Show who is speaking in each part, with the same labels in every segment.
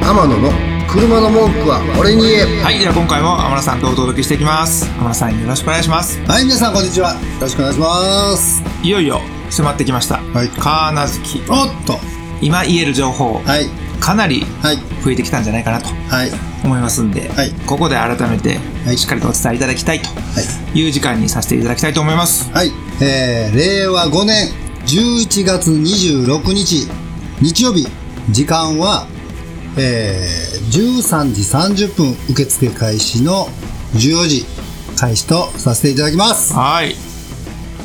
Speaker 1: 天野の車の文句は俺に言え
Speaker 2: はい、では今回も天野さんとお届けしていきます。天野さんよろしくお願いします。
Speaker 1: はい皆さんこんにちはよろしくお願いします
Speaker 2: いよいよ迫ってきました。
Speaker 1: はい
Speaker 2: カーナズキ。
Speaker 1: おっと
Speaker 2: 今言える情報、
Speaker 1: はい
Speaker 2: かなり
Speaker 1: はい
Speaker 2: 増えてきたんじゃないかなと
Speaker 1: はい
Speaker 2: 思いますんで、
Speaker 1: はい
Speaker 2: ここで改めて
Speaker 1: はい
Speaker 2: しっかりとお伝えいただきたいと
Speaker 1: はい
Speaker 2: いう時間にさせていただきたいと思います。
Speaker 1: はい、えー、令和5年11月26日日曜日時間は、えー、13時30分受付開始の14時開始とさせていただきます
Speaker 2: はい。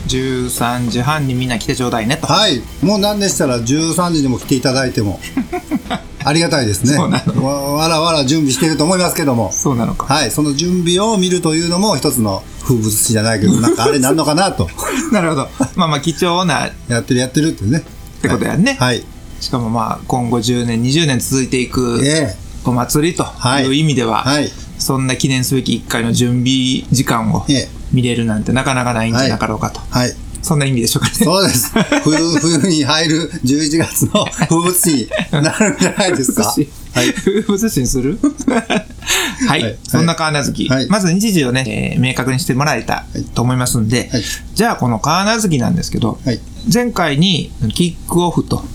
Speaker 2: 13時半にみんな来てちょうだいね と。
Speaker 1: はいもう何でしたら13時にも来ていただいて もありがたいですね
Speaker 2: そうな
Speaker 1: わわらわら準備してると思いますけども
Speaker 2: そうなのか。
Speaker 1: はいその準備を見るというのも一つの風物詩じゃないけど なんかあれなんのかなと
Speaker 2: なるほど。まあまあ貴重なっ
Speaker 1: やってるやってるってね
Speaker 2: てことやね。
Speaker 1: はい
Speaker 2: しかもまあ今後10年、20年続いていく
Speaker 1: ええ
Speaker 2: お祭りと
Speaker 1: はい
Speaker 2: いう意味では、
Speaker 1: はい
Speaker 2: そんな記念すべき1回の準備時間を
Speaker 1: ええ
Speaker 2: 見れるなんてなかなかないんじゃなかろうかと。
Speaker 1: はい。
Speaker 2: そんな意味でしょうかね。
Speaker 1: そう です。冬、冬に入る11月の風物詩になるんじゃない ですか。
Speaker 2: 風物詩
Speaker 1: はい。
Speaker 2: 風物詩にする はい、
Speaker 1: はい
Speaker 2: そんな川名月、
Speaker 1: はい
Speaker 2: まず日時をね、えー明確にしてもらえたと思いますんで、
Speaker 1: はい
Speaker 2: じゃあこの川名月なんですけど、
Speaker 1: はい。
Speaker 2: 前回にキックオフと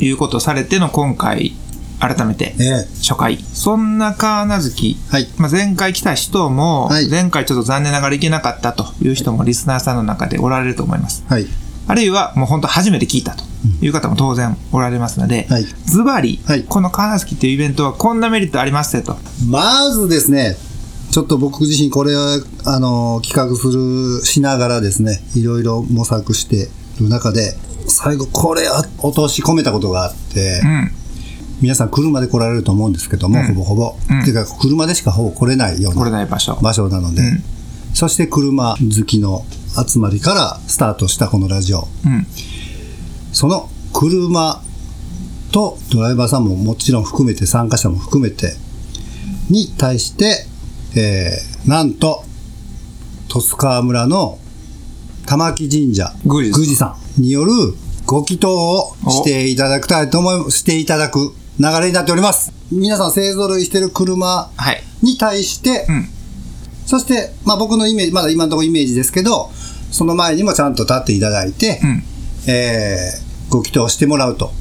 Speaker 2: いうことをされての今回、改めて
Speaker 1: ええ
Speaker 2: 初回。そんな川名月、
Speaker 1: はい。
Speaker 2: まあ、前回来た人も
Speaker 1: はい、
Speaker 2: 前回ちょっと残念ながら行けなかったという人もリスナーさんの中でおられると思います。
Speaker 1: はい。
Speaker 2: あるいはもう本当初めて聞いたという方も当然おられますので、
Speaker 1: はい
Speaker 2: ズバリ
Speaker 1: はい、
Speaker 2: このカーナスキっていうイベントはこんなメリットありますねと。
Speaker 1: まずですね、ちょっと僕自身これは、あの、企画する、しながらですね、いろいろ模索してる中で、最後これあ落とし込めたことがあって、
Speaker 2: うん。
Speaker 1: 皆さん車で来られると思うんですけども、ほぼほぼ。
Speaker 2: うん
Speaker 1: ていうか、車でしかほぼ来れないような
Speaker 2: 来れない場所。
Speaker 1: 場所なので、
Speaker 2: うん
Speaker 1: そして車好きの集まりからスタートしたこのラジオ
Speaker 2: うん。
Speaker 1: その車とドライバーさんももちろん含めて参加者も含めてに対して、えー、なんと十津川村の玉木神社
Speaker 2: 宮司さん
Speaker 1: さんによるご祈祷をしていただきたいと思いしていただく流れになっております皆さん勢ぞろいしてる車
Speaker 2: はい。
Speaker 1: に対して、
Speaker 2: うん。
Speaker 1: そして、まあ、僕のイメージ、まだ今のところイメージですけど、その前にもちゃんと立っていただいて、
Speaker 2: うん。
Speaker 1: えーご祈祷してもらうと。
Speaker 2: こ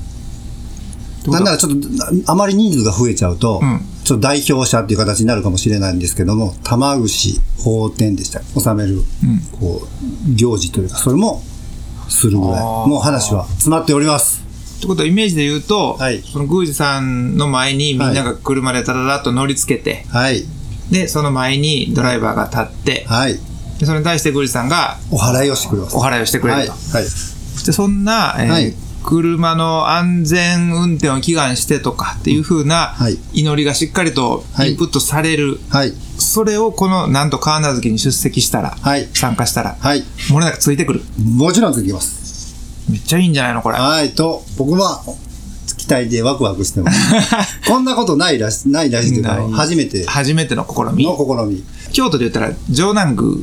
Speaker 2: と
Speaker 1: なんならちょっと、なあまり人数が増えちゃうと、
Speaker 2: うん
Speaker 1: ちょっと代表者っていう形になるかもしれないんですけども、玉串、法典でしたっけ納める、こう、行事というか、それも、するぐらい。
Speaker 2: あー
Speaker 1: もう話は詰まっております。
Speaker 2: ってことはイメージで言うと、
Speaker 1: はい
Speaker 2: その宮司さんの前にみんなが車でタララっと乗りつけて、
Speaker 1: はい。
Speaker 2: で、その前にドライバーが立って、
Speaker 1: はい。
Speaker 2: でそれに対して宮司さんが
Speaker 1: お祓いをしてくれます。
Speaker 2: お祓いをしてくれると。
Speaker 1: はい。はい。
Speaker 2: でそんな、えー
Speaker 1: はい
Speaker 2: 車の安全運転を祈願してとかっていう風な
Speaker 1: はい
Speaker 2: 祈りがしっかりと
Speaker 1: はい
Speaker 2: インプットされる、
Speaker 1: はい。
Speaker 2: それをこのなんと川名月に出席したら、
Speaker 1: はい
Speaker 2: 参加したら、
Speaker 1: はい。
Speaker 2: 漏れなくついてくる
Speaker 1: もちろん続きます。
Speaker 2: めっちゃいいんじゃないのこれ
Speaker 1: はい、と、僕 は、期待でワクワクしてます。こんなことないらし、ないらしいというか、
Speaker 2: ない
Speaker 1: 初めて
Speaker 2: 初めての試み
Speaker 1: の試み。
Speaker 2: 京都で言ったら城南宮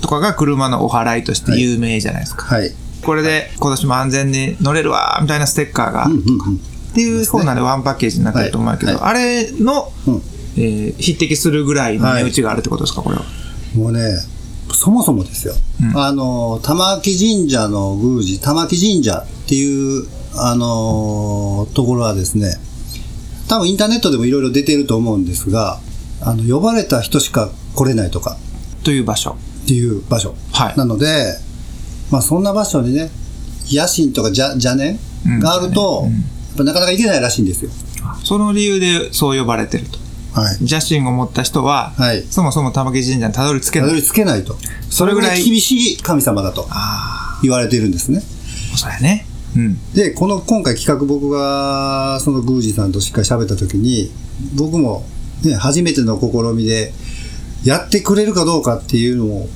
Speaker 2: とかが車のお祓いとして有名じゃないですか、
Speaker 1: はい。
Speaker 2: これで今年も安全に乗れるわーみたいなステッカーが、
Speaker 1: うん
Speaker 2: っ
Speaker 1: うんうん。
Speaker 2: ていう方なんでワンパッケージになってると思うけど、
Speaker 1: は
Speaker 2: あれの、
Speaker 1: うん
Speaker 2: えー匹敵するぐらいの値打ちがあるってことですか、これは。
Speaker 1: もうね、そもそもですよ。あの、玉木神社の宮司、玉木神社っていう、あのーところはですね、多分インターネットでもいろいろ出てると思うんですが、あの、呼ばれた人しか来れないとか、
Speaker 2: という場所。
Speaker 1: っていう場所、
Speaker 2: はい
Speaker 1: なので、まあ、そんな場所にね野心とか邪邪念
Speaker 2: うん
Speaker 1: があると、やっぱなかなか行けないらしいんですよ。
Speaker 2: その理由でそう呼ばれてると。
Speaker 1: はい、
Speaker 2: 邪神を持った人は、
Speaker 1: はい
Speaker 2: そもそも玉木神社にたどり着け
Speaker 1: た
Speaker 2: な
Speaker 1: ど
Speaker 2: い。
Speaker 1: り着けないと
Speaker 2: それぐらい
Speaker 1: 厳しい神様だと
Speaker 2: あ
Speaker 1: 言われているんですね。
Speaker 2: あ、そうやね。うん。
Speaker 1: でこの今回企画僕がその宮司さんとしっかり喋った時に僕も、ね、初めての試みでやってくれるかどうかっていうのも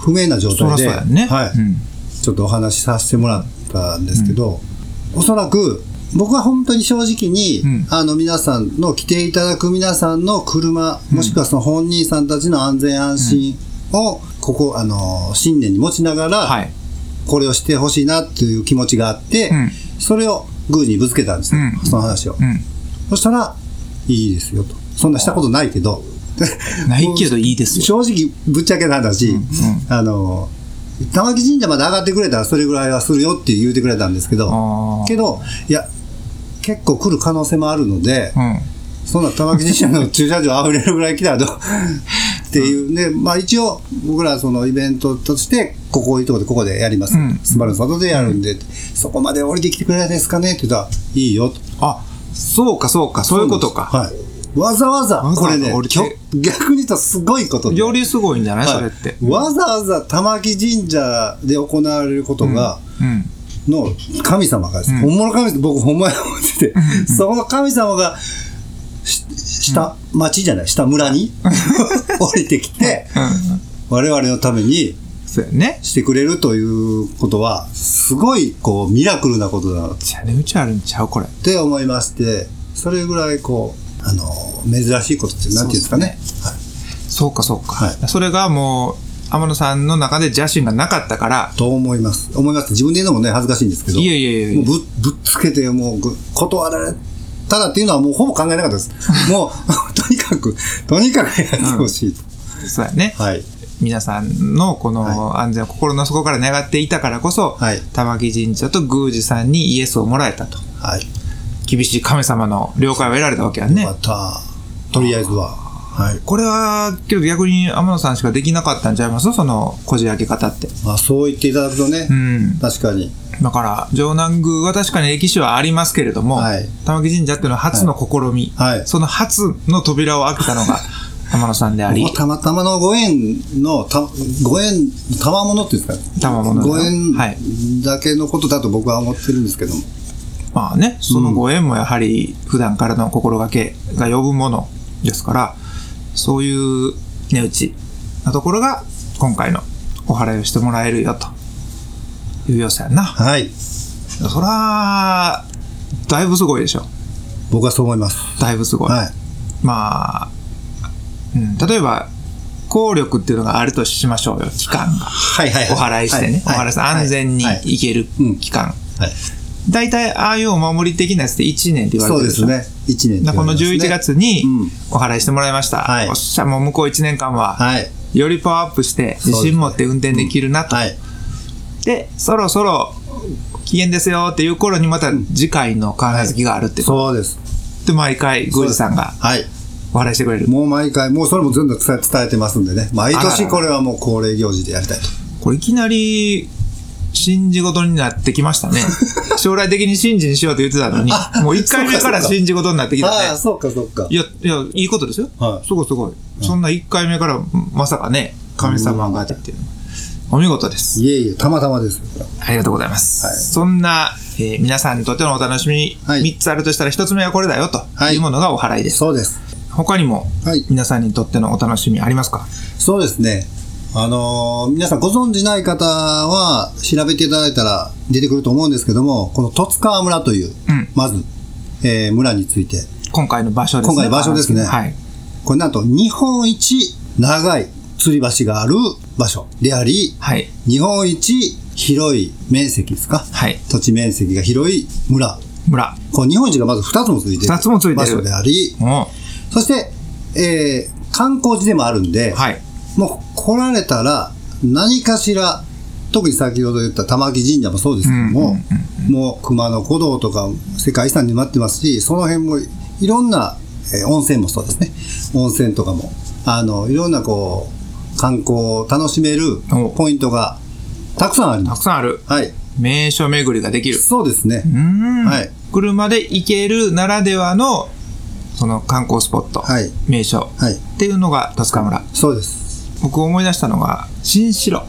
Speaker 1: 不明な状
Speaker 2: そり
Speaker 1: 態
Speaker 2: ゃ
Speaker 1: で
Speaker 2: そうやね。
Speaker 1: はい
Speaker 2: うん。
Speaker 1: ちょっとお話しさせてもらったんですけど、おそらく僕は本当に正直に、
Speaker 2: うん
Speaker 1: あの皆さんの来ていただく皆さんの車、もしくはその本人さんたちの安全安心を、ここあの信念に持ちながら、
Speaker 2: はい。
Speaker 1: これをしてほしいなという気持ちがあって、
Speaker 2: うん
Speaker 1: それをグーにぶつけたんですよ、
Speaker 2: うん
Speaker 1: その話を、
Speaker 2: うん。
Speaker 1: そしたらいいですよと。そんなしたことないけど。
Speaker 2: ないけどいいですよ。
Speaker 1: 正直、ぶっちゃけな話、あの、玉木神社まで上がってくれたらそれぐらいはするよって言うてくれたんですけど、
Speaker 2: あ
Speaker 1: けど、いや、結構来る可能性もあるので、
Speaker 2: あ。うん。
Speaker 1: そんな玉木神社の駐車場溢れるぐらい来たらどう っていうね、まあ一応僕らそのイベントとして、ここいうとこでここでやります。
Speaker 2: うん
Speaker 1: スバルの里でやるんで、そこまで降りてきてくれないですかねって言ったら、いいよと。
Speaker 2: あ、そうかそうか、そういうことか。
Speaker 1: はい。わざわざ
Speaker 2: わ、ざ
Speaker 1: こ
Speaker 2: わ
Speaker 1: れ
Speaker 2: ざ
Speaker 1: ね
Speaker 2: 降り、て
Speaker 1: きょ逆に言うとすごいことで。
Speaker 2: よりすごいんじゃない
Speaker 1: はい
Speaker 2: それって。
Speaker 1: わざわざ玉木神社で行われることが、
Speaker 2: うん。
Speaker 1: の神様がです、
Speaker 2: うん
Speaker 1: 本物の神様、僕、ほんまに思ってて、その神様が、し下、町じゃない、下村 に降りてきて、
Speaker 2: うん。
Speaker 1: 我々のために
Speaker 2: そうやね。
Speaker 1: してくれるということは、すごい、こう、ミラクルなことだなっ
Speaker 2: じゃあね、うちあるんちゃうこれ。
Speaker 1: て思いまして、それぐらい、こう、あの、珍しいことって、なんていうんですかね。
Speaker 2: そうかそうか。
Speaker 1: は
Speaker 2: それがもう、天野さんの中で邪心がなかったから、
Speaker 1: と思います。思います。自分で言うのもね、恥ずかしいんですけど。
Speaker 2: いやいやいやい
Speaker 1: もう
Speaker 2: や。
Speaker 1: ぶぶっつけて、もうぐ断られただっていうのはもうほぼ考えなかったです。 もう、とにかく、とにかくやってほしいと、
Speaker 2: そうやね。
Speaker 1: はい。
Speaker 2: 皆さんのこの安全を心の底から願っていたからこそ、
Speaker 1: はい
Speaker 2: 玉木神社と宮司さんにイエスをもらえたと。
Speaker 1: はい。
Speaker 2: 厳しい神様の了解を得られたわけやね
Speaker 1: ま。た、とりあえずは。はい。
Speaker 2: これは、けど逆に天野さんしかできなかったんちゃいますその、こじ開け方って。
Speaker 1: まあ、そう言っていただくとね、
Speaker 2: うん。
Speaker 1: 確かに。
Speaker 2: だから、城南宮は確かに歴史はありますけれども、
Speaker 1: はい
Speaker 2: 玉木神社っていうのは初の試み、
Speaker 1: はい
Speaker 2: その初の扉を開けた のが天野さんであり
Speaker 1: もう、たまたまのご縁の、たご縁、たまものっていうんですか
Speaker 2: 賜物だよ
Speaker 1: ご縁
Speaker 2: はい
Speaker 1: だけのことだと僕は思ってるんですけども。
Speaker 2: まあね、そのご縁もやはり普段からの心がけが呼ぶものですから、そういう値打ちなところが今回のお祓いをしてもらえるよという要素やんな。
Speaker 1: はい。
Speaker 2: そら、だいぶすごいでしょ。
Speaker 1: 僕はそう思います。
Speaker 2: だいぶすごい。
Speaker 1: はい。
Speaker 2: まあ、うん、例えば、効力っていうのがあるとしましょうよ、期間が。
Speaker 1: はいはいは
Speaker 2: お祓いしてね。
Speaker 1: は
Speaker 2: お祓いして安全に
Speaker 1: はいはい
Speaker 2: 行ける
Speaker 1: うん
Speaker 2: 期間。
Speaker 1: はい
Speaker 2: 大体、ああいうお守り的なやつって1年って言われ
Speaker 1: そ
Speaker 2: て
Speaker 1: う
Speaker 2: る
Speaker 1: で
Speaker 2: でし
Speaker 1: す
Speaker 2: ょ。
Speaker 1: ね。1年って言
Speaker 2: だからこ
Speaker 1: わ
Speaker 2: の
Speaker 1: れますね
Speaker 2: 11月に
Speaker 1: うん
Speaker 2: お祓いしてもらいました。
Speaker 1: はい
Speaker 2: おっしゃ、もう向こう1年間は、
Speaker 1: はい。
Speaker 2: よりパワーアップして、自信持って運転できるなと。
Speaker 1: はい。
Speaker 2: で、そろそろ、期限ですよっていう頃にまた次回の関連月があるって。
Speaker 1: そうです。
Speaker 2: で、毎回、宮司さんが
Speaker 1: はい。
Speaker 2: お祓いしてくれる。
Speaker 1: もう毎回、もうそれも全部伝え伝えてますんでね。毎
Speaker 2: あらら
Speaker 1: 年
Speaker 2: ら
Speaker 1: これはもう恒例行事でやりたいと。
Speaker 2: これいきなり、信じ事になってきました ね。将来的に信じにしようと言ってたのに、もう一回目から信じ事になってき
Speaker 1: あ
Speaker 2: た
Speaker 1: あ、
Speaker 2: ね。
Speaker 1: そうかそうか
Speaker 2: い。や、いや、いいことですよ。
Speaker 1: はい
Speaker 2: すごいすごい。そんな一回目から、まさかね、神様がってっていうのはお見事です。
Speaker 1: いえいえ、たまたまです。
Speaker 2: ありがとうございます。
Speaker 1: はい
Speaker 2: そんな、えー皆さんにとってのお楽しみ、
Speaker 1: はい
Speaker 2: 3つあるとしたら1つ目はこれだよと
Speaker 1: はい
Speaker 2: いうものがお祓いです。
Speaker 1: そうです。
Speaker 2: 他にも、
Speaker 1: はい
Speaker 2: 皆さんにとってのお楽しみありますか
Speaker 1: そうですね。あのー皆さんご存知ない方は、調べていただいたら出てくると思うんですけども、この十津川村という、
Speaker 2: うん
Speaker 1: まず、えー村について。
Speaker 2: 今回の場所ですね。
Speaker 1: 今回場所ですね
Speaker 2: はい。
Speaker 1: これなんと日本一長い吊り橋がある場所であり、
Speaker 2: はい。
Speaker 1: 日本一広い面積ですか
Speaker 2: はい。
Speaker 1: 土地面積が広い村。
Speaker 2: 村。
Speaker 1: こう日本一がまず2つもついてる。
Speaker 2: 二つもついてる
Speaker 1: 場所であり、
Speaker 2: も
Speaker 1: そして、えー観光地でもあるんで、
Speaker 2: う、はい。
Speaker 1: もう来られたら何かしら、特に先ほど言った玉城神社もそうですけども、もう熊野古道とか世界遺産になってますし、その辺もいろんな、えー温泉もそうですね。温泉とかも、あの、いろんなこう、観光を楽しめる
Speaker 2: お
Speaker 1: ポイントがたくさんありま
Speaker 2: た
Speaker 1: す。
Speaker 2: くさんある
Speaker 1: はい。
Speaker 2: 名所巡りができる。
Speaker 1: そうですね。
Speaker 2: うーん
Speaker 1: はい
Speaker 2: 車で行けるならではの、その観光スポット、
Speaker 1: はい
Speaker 2: 名所
Speaker 1: はい。
Speaker 2: っていうのが十津川村。
Speaker 1: そうです。
Speaker 2: 僕思い出したのが、新城。
Speaker 1: あ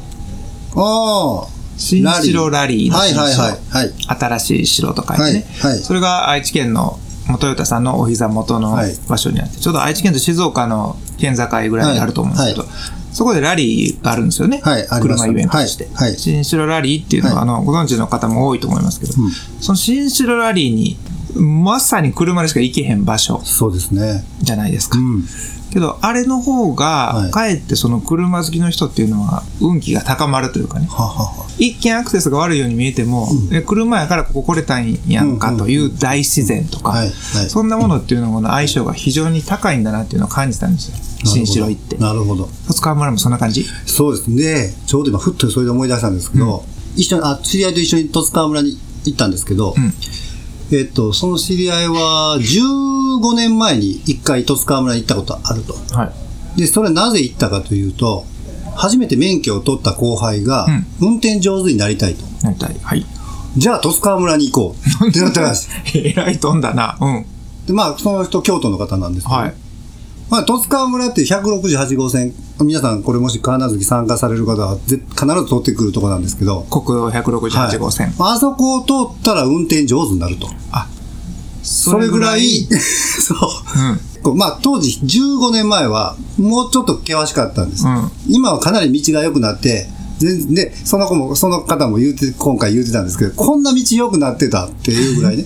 Speaker 1: あ。
Speaker 2: 新城ラリーの
Speaker 1: はい
Speaker 2: 新城。
Speaker 1: はいはい。はい。
Speaker 2: 新しい城と書いてね、
Speaker 1: はいはい
Speaker 2: それが愛知県の元ヨタさんのお膝元の
Speaker 1: はい
Speaker 2: 場所にあって、ちょうど愛知県と静岡の県境ぐらいにあると思うんですけど、
Speaker 1: は
Speaker 2: そこでラリーがあるんですよね。
Speaker 1: はいありまし
Speaker 2: 車
Speaker 1: た
Speaker 2: イベントとして、
Speaker 1: はいはい
Speaker 2: 新城ラリーっていうのは、
Speaker 1: はい
Speaker 2: あのご存知の方も多いと思いますけど、
Speaker 1: うん
Speaker 2: その新城ラリーにまさに車でしか行けへん場所
Speaker 1: そうですね。
Speaker 2: じゃないです
Speaker 1: う
Speaker 2: か。
Speaker 1: ん。
Speaker 2: けど、あれの方
Speaker 1: は
Speaker 2: が
Speaker 1: い、
Speaker 2: かえってその車好きの人っていうのは、運気が高まるというかね。
Speaker 1: はあは
Speaker 2: 一見アクセスが悪いように見えても、え車やからここ来れたんやんかという大自然と
Speaker 1: あ
Speaker 2: か、
Speaker 1: は。はい。はい。
Speaker 2: そんなものっていうのの相性が非常に高いんだなっていうのを感じたんですよ。新城行って。
Speaker 1: なるほど。
Speaker 2: 戸塚村もそんな感じ
Speaker 1: そうですね。ちょうど今、ふっとそれで思い出したんですけど、一緒に、あ、知り合いと一緒に十津川村に行ったんですけど、
Speaker 2: ん
Speaker 1: えっと、その知り合いは、15年前に一回十津川村に行ったことあると。
Speaker 2: はい。
Speaker 1: で、それなぜ行ったかというと、初めて免許を取った後輩が、運転上手になりたいと。
Speaker 2: なりたい。 はい。
Speaker 1: じゃあ、十津川村に行こう。ってなったらしい。
Speaker 2: えらい飛んだな。うん。
Speaker 1: で、まあ、その人、京都の方なんですけど、
Speaker 2: はい。
Speaker 1: まあ、十津川村って168号線、皆さん、これもし金月参加される方は、ぜ必ず通ってくるところなんですけど、
Speaker 2: 国道
Speaker 1: はい
Speaker 2: 168号線。
Speaker 1: あそこを通ったら運転上手になると。
Speaker 2: あ、
Speaker 1: そ
Speaker 2: そ
Speaker 1: れぐらい、
Speaker 2: れ
Speaker 1: そう
Speaker 2: ぐらい。
Speaker 1: こう。まあ当時15年前はもうちょっと険しかったんです。
Speaker 2: うん
Speaker 1: 今はかなり道が良くなって、全で、その子も、その方も言うて、今回言うてたんですけど、こんな道良くなってたっていうぐらい ね、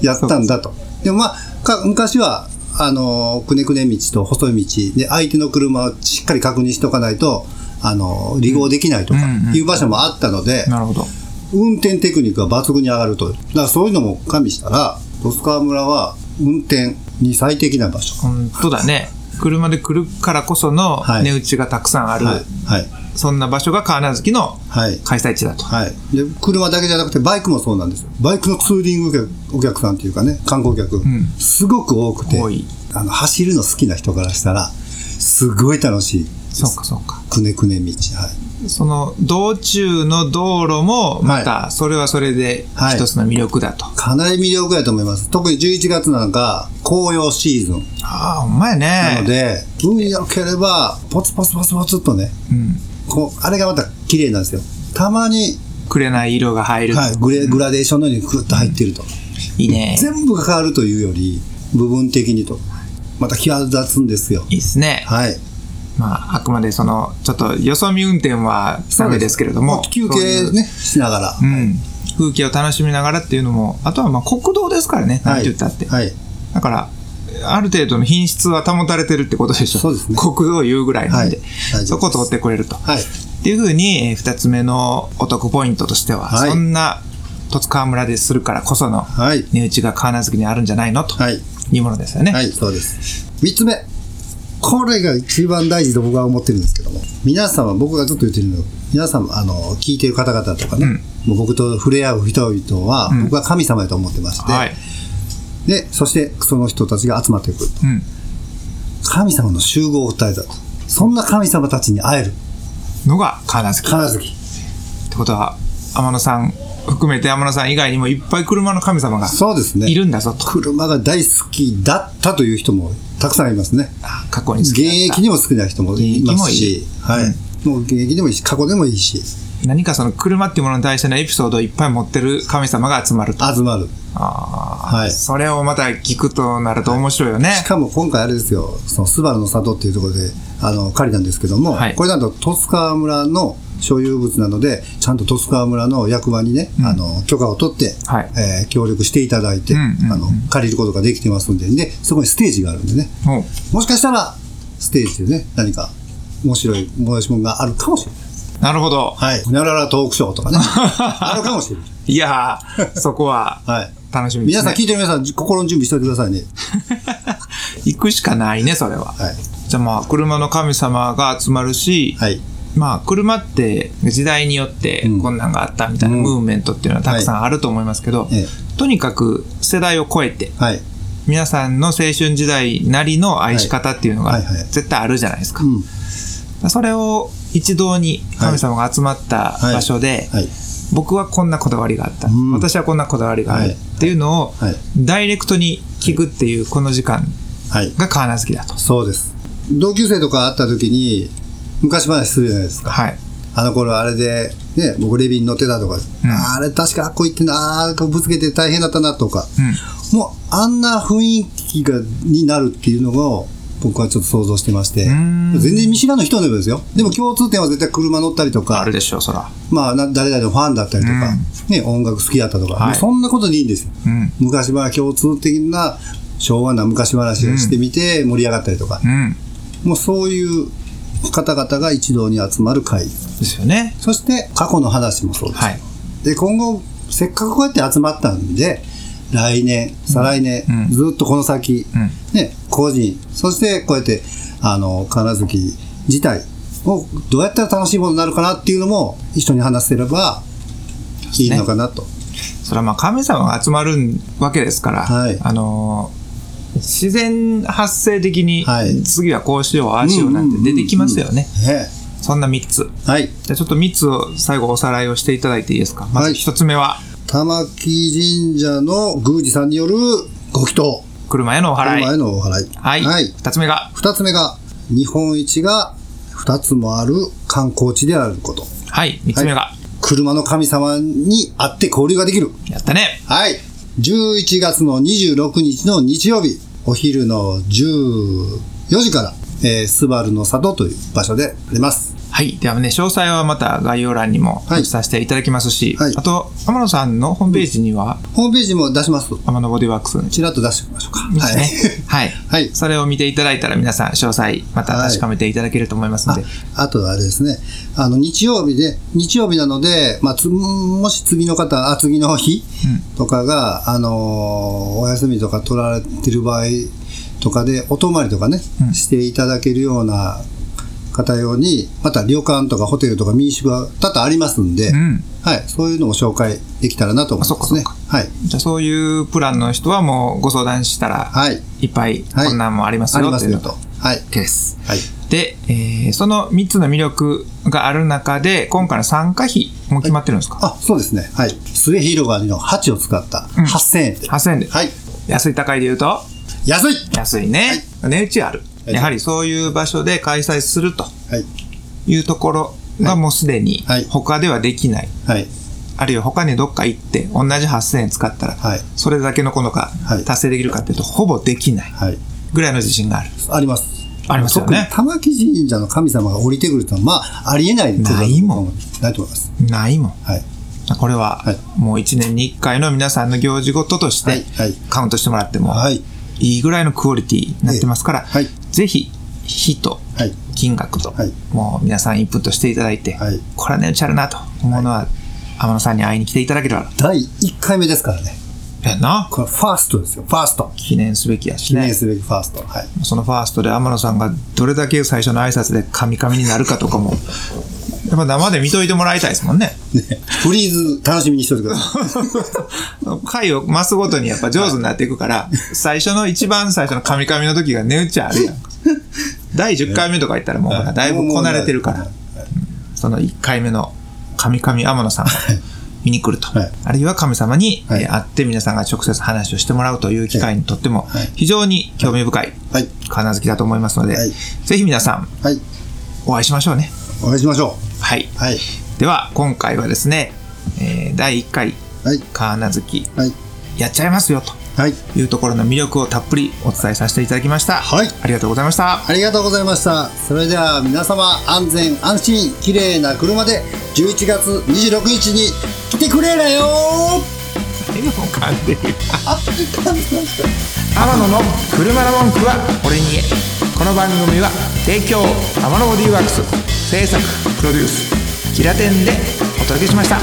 Speaker 1: やったんだと。でもまあ、か昔は、あのーくねくね道と細い道で、相手の車をしっかり確認しとかないと、あのー離合できないとか
Speaker 2: うんうん
Speaker 1: いう場所もあったので、
Speaker 2: うん。なるほど。
Speaker 1: 運転テクニックが抜群に上がると。だからそういうのも加味したら、十津川村は運転に最適な場所。
Speaker 2: 本当だね。車で来るからこその
Speaker 1: はい
Speaker 2: 値打ちがたくさんある、
Speaker 1: はい。はい。
Speaker 2: そんな場所が川名月の
Speaker 1: はい。
Speaker 2: 開催地だと。
Speaker 1: はい。で、車だけじゃなくてバイクもそうなんですよ。バイクのツーリングお客お客さんっていうかね、観光客、
Speaker 2: ん
Speaker 1: すごく多くて
Speaker 2: 多い、
Speaker 1: あの、走るの好きな人からしたら、すごい楽しい。
Speaker 2: そうか、そうか。
Speaker 1: くねくね道。はい。
Speaker 2: その道中の道路もまたそれはそれで
Speaker 1: はい
Speaker 2: 一つの魅力だと。
Speaker 1: かなり魅力やと思います。特に11月なんか、紅葉シーズン
Speaker 2: ああ、ほんまや
Speaker 1: なの
Speaker 2: ね。
Speaker 1: で、運良ければ、ポツポツポツポツっとね、
Speaker 2: うん。
Speaker 1: こう、あれがまた綺麗なんですよ。たまに、
Speaker 2: 紅色が入る。
Speaker 1: はい、グレグラデーションのようにグッと入ってると。
Speaker 2: いいね。
Speaker 1: 全部が変わるというより、部分的にと。また際立つんですよ。
Speaker 2: いいですね。
Speaker 1: はい。
Speaker 2: まあ、あくまでその、ちょっとよそ見運転はダメですけれども。
Speaker 1: 休
Speaker 2: そうい
Speaker 1: 憩
Speaker 2: う
Speaker 1: ね、しながら。
Speaker 2: うん。風景を楽しみながらっていうのも、あとはまあ国道ですからね、なんて言ったって。
Speaker 1: はい。
Speaker 2: だから、ある程度の品質は保たれてるってことでしょ。
Speaker 1: そうですね
Speaker 2: 国道を言うぐらいなんで、
Speaker 1: はい大丈夫です
Speaker 2: そこを通ってくれると。
Speaker 1: はい。
Speaker 2: っていうふうに、えー二つ目のお得ポイントとしては、
Speaker 1: はい
Speaker 2: そんな十津川村でするからこその
Speaker 1: はい。
Speaker 2: 値打ちが川名月にあるんじゃないのと
Speaker 1: はい。
Speaker 2: いうものですよね。
Speaker 1: はい、そうです。三つ目。これが一番大事と僕は思ってるんですけども、皆様、僕がずっと言ってるのは、皆様、あの、聞いてる方々とかね、もう僕と触れ合う人々は、僕は神様やと思ってまして、
Speaker 2: はい。
Speaker 1: で、そしてその人たちが集まってくる。
Speaker 2: うん。
Speaker 1: 神様の集合体だと。そんな神様たちに会える。
Speaker 2: のが川名月。っ
Speaker 1: 金月。
Speaker 2: てことは、天野さん含めて天野さん以外にもいっぱい車の神様が
Speaker 1: そうですね。
Speaker 2: いるんだぞと。
Speaker 1: 車が大好きだったという人もたくさんいますね。
Speaker 2: あ過去に好
Speaker 1: 現
Speaker 2: きだった
Speaker 1: 役にも好きな人もいますし、はい。もう現役でもいいし、過去でもいいし、
Speaker 2: 何かその車っていうものに対してのエピソードをいっぱい持ってる神様が集まると。
Speaker 1: 集まる。
Speaker 2: ああ、
Speaker 1: はい
Speaker 2: それをまた聞くとなると面白いよね。
Speaker 1: しかも今回あれですよ、そのスバルの里っていうところで、あの、借りたんですけども、
Speaker 2: はい
Speaker 1: これなんと十津川村の所有物なので、ちゃんと十津川村の役場にね、あの、許可を取って、
Speaker 2: はい
Speaker 1: えー協力していただいて、
Speaker 2: うんうんうん
Speaker 1: あの、借りることができてますんで、で、そこにステージがあるんでね、
Speaker 2: もう
Speaker 1: もしかしたら、ステージでね、何か面白い催し物があるかもしれない。
Speaker 2: なるほど。
Speaker 1: はい。ほにゃららトークショーと かね。あるかもしれない。
Speaker 2: いや ー、そこは
Speaker 1: はい。
Speaker 2: 楽しみで
Speaker 1: 皆
Speaker 2: す
Speaker 1: さん、
Speaker 2: ね。
Speaker 1: 聞いてる皆さん、心の準備しておいてくださいね。
Speaker 2: 行くしかないね、それは。
Speaker 1: はい。
Speaker 2: じゃあまあ、車の神様が集まるし、
Speaker 1: はい。
Speaker 2: まあ、車って時代によって
Speaker 1: うん
Speaker 2: こんなんがあったみたいな
Speaker 1: うん
Speaker 2: ムーブメントっていうのはたくさんあると思いますけど、
Speaker 1: ええ
Speaker 2: とにかく世代を超えて、
Speaker 1: はい。
Speaker 2: 皆さんの青春時代なりの愛し方っていうの
Speaker 1: は
Speaker 2: が
Speaker 1: いはいはい
Speaker 2: 絶対あるじゃないですか
Speaker 1: う。ん。
Speaker 2: それを一堂に神様が集まった場所で、
Speaker 1: はい。
Speaker 2: 僕はこんなこだわりがあった、
Speaker 1: うん
Speaker 2: 私はこんなこだわりがある
Speaker 1: はい
Speaker 2: っていうのを
Speaker 1: はい
Speaker 2: ダイレクトに聞くっていうこの時間
Speaker 1: はい。
Speaker 2: が川名月だと。
Speaker 1: そうです。同級生とか会った時に、昔話するじゃないですか。
Speaker 2: はい。
Speaker 1: あの頃あれで、ね、僕レビン乗ってたとか、あれ確かあっこ行ってな、あーこうぶつけて大変だったなとか、もうあんな雰囲気がになるっていうのを僕はちょっと想像してまして、
Speaker 2: ん
Speaker 1: 全然見知らぬ人でもですよ。でも共通点は絶対車乗ったりと
Speaker 2: あ
Speaker 1: か
Speaker 2: る、でしょう、そら。
Speaker 1: まあ、な誰々のファンだったりとか、ね、音楽好きだったとか、
Speaker 2: はい
Speaker 1: もうそんなことでいいんですよ。
Speaker 2: うん。
Speaker 1: 昔は共通的な昭和な昔話をしてみて盛り上がったりとか、
Speaker 2: うん。
Speaker 1: もうそういう方々が一堂に集まる会。
Speaker 2: ですよね。
Speaker 1: そして過去の話もそうです。
Speaker 2: はい。
Speaker 1: で、今後、せっかくこうやって集まったんで、来年、再来年、
Speaker 2: うん
Speaker 1: ずっとこの先、
Speaker 2: うん
Speaker 1: ね、個人、そしてこうやって、あの、金月自体をどうやったら楽しいものになるかなっていうのも一緒に話せればいいのかなと。
Speaker 2: それはまあ神様が集まるわけですから、
Speaker 1: はい
Speaker 2: あのー自然発生的に、
Speaker 1: はい
Speaker 2: 次はこうしよう、ああしようなんて出てきますよね。
Speaker 1: ね
Speaker 2: そんな3つ。
Speaker 1: はい。
Speaker 2: じゃあちょっと3つを最後おさらいをしていただいていいですか。まず
Speaker 1: はい
Speaker 2: 1つ目は、
Speaker 1: 玉木神社の宮司さんによるご祈祷。
Speaker 2: 車へのお祓い。
Speaker 1: 車へのお祓い。
Speaker 2: はい。二
Speaker 1: はい。
Speaker 2: 2つ目が、
Speaker 1: 二つ目が、日本一が二つもある観光地であること。
Speaker 2: はい。3つ目が、
Speaker 1: 車の神様に会って交流ができる。
Speaker 2: やったね。
Speaker 1: はい。11月の26日の日曜日、お昼の14時から、えースバルの里という場所であります。
Speaker 2: はい。ではね、詳細はまた概要欄にも
Speaker 1: はい
Speaker 2: させていただきますし、
Speaker 1: はい
Speaker 2: あと、天野さんのホームページには、
Speaker 1: ホームページも出します。
Speaker 2: 天野ボディワークスの
Speaker 1: ちらっと出しておきましょうか。
Speaker 2: ですね
Speaker 1: はい。。
Speaker 2: はい。
Speaker 1: はい
Speaker 2: それを見ていただいたら皆さん詳細また確かめていただけると思いますので。
Speaker 1: あとはあれですね、あの日曜日で、日曜日なので、まあ、つもし次の方、あ次の日とかが、あのーお休みとか取られてる場合とかで、お泊まりとかね、していただけるような方用に、また旅館とかホテルとか民宿が多々ありますんで、
Speaker 2: うん。
Speaker 1: はい、そういうのを紹介できたらなと思いますね。
Speaker 2: あそっか
Speaker 1: はい。
Speaker 2: じゃあそういうプランの人はもうご相談したら、
Speaker 1: はい。
Speaker 2: いっぱい
Speaker 1: はい
Speaker 2: こんなんもあります
Speaker 1: あり
Speaker 2: よ
Speaker 1: ま
Speaker 2: って
Speaker 1: す
Speaker 2: いう
Speaker 1: よ
Speaker 2: の
Speaker 1: と。
Speaker 2: が
Speaker 1: はい。
Speaker 2: OK です。
Speaker 1: はい。
Speaker 2: で、えーその3つの魅力がある中で、今回の参加費も決まってるんですか、
Speaker 1: あ、そうですね。はい。末広がりの鉢を使った
Speaker 2: ん
Speaker 1: 8000円で。
Speaker 2: ?8000 円で。
Speaker 1: はい。
Speaker 2: 安い高いで言うと
Speaker 1: 安い
Speaker 2: 安いね。値打ちある。
Speaker 1: はい
Speaker 2: やはりそういう場所で開催すると
Speaker 1: はい。
Speaker 2: いうところがもうすでに
Speaker 1: はい
Speaker 2: 他ではできない。
Speaker 1: はい。
Speaker 2: あるいは他にどっか行って同じ8000円使ったら、
Speaker 1: はい
Speaker 2: それだけのこのか
Speaker 1: はい
Speaker 2: 達成できるかっていうと、ほぼできない
Speaker 1: はい。
Speaker 2: ぐらいの自信がある。
Speaker 1: あります。
Speaker 2: ありますよ
Speaker 1: 特
Speaker 2: ね
Speaker 1: に玉木神社の神様が降りてくるとは、まあ、ありえないことだと
Speaker 2: ないもん
Speaker 1: 思う。ないと思います。
Speaker 2: ないもん。
Speaker 1: はい。
Speaker 2: これは
Speaker 1: はい、
Speaker 2: もう1年に1回の皆さんの行事ごととし
Speaker 1: は
Speaker 2: て
Speaker 1: いはい、
Speaker 2: カウントしてもらっても
Speaker 1: はい。
Speaker 2: いいぐらいのクオリティになってますから、
Speaker 1: ええはい
Speaker 2: ぜひ、日と
Speaker 1: はい。
Speaker 2: 金額と
Speaker 1: はい、
Speaker 2: もう皆さんインプットしていただいて
Speaker 1: はい、
Speaker 2: これは値打ちあるなと思うのは、天野さんに会いに来ていただければ、
Speaker 1: 第1回目ですからね。
Speaker 2: やんな、
Speaker 1: これ、ファーストですよ。ファースト。
Speaker 2: 記念すべきやし
Speaker 1: 記
Speaker 2: ね
Speaker 1: 念。すべきファースト。はい。
Speaker 2: そのファーストで天野さんがどれだけ最初の挨拶でカミカミになるかとかも、やっぱ生で見といてもらいたいですもん ね。
Speaker 1: ね、フリーズ、楽しみにしといてください。
Speaker 2: 回を増すごとにやっぱ上手になっていくから、最初の一番最初のカミカミの時が値打ちあ るやん。第10回目とか言ったらもうほら だいぶこなれてるから、
Speaker 1: はい
Speaker 2: その1回目のカミカミ天野さんが見に来ると。
Speaker 1: はい
Speaker 2: あるいは神様に
Speaker 1: はい
Speaker 2: えー会って皆さんが直接話をしてもらうという機会にとっても
Speaker 1: はい
Speaker 2: 非常に興味深い
Speaker 1: はい。
Speaker 2: 金好きだと思いますので、
Speaker 1: はい
Speaker 2: ぜひ皆さん
Speaker 1: はい。
Speaker 2: お会いしましょうね。
Speaker 1: お会いしましょ
Speaker 2: はい。
Speaker 1: う。はい。
Speaker 2: では、今回はですね、えー第1回、
Speaker 1: はい。
Speaker 2: カーナズキ、
Speaker 1: はい。
Speaker 2: やっちゃいますよ、と
Speaker 1: はい。
Speaker 2: いうところの魅力をたっぷりお伝えさせていただきました。
Speaker 1: はい
Speaker 2: ありがとうございました。
Speaker 1: ありがとうございました。それでは皆様、安全安心、綺麗な車で、11月26日に来てくれらよ
Speaker 2: 笑顔噛んでる。
Speaker 1: あ、感じました。
Speaker 2: 天野の車の文句は俺に言え。この番組は、提供、天野ボディーワークス、制作、プロデュース、キラテンでお届けしました。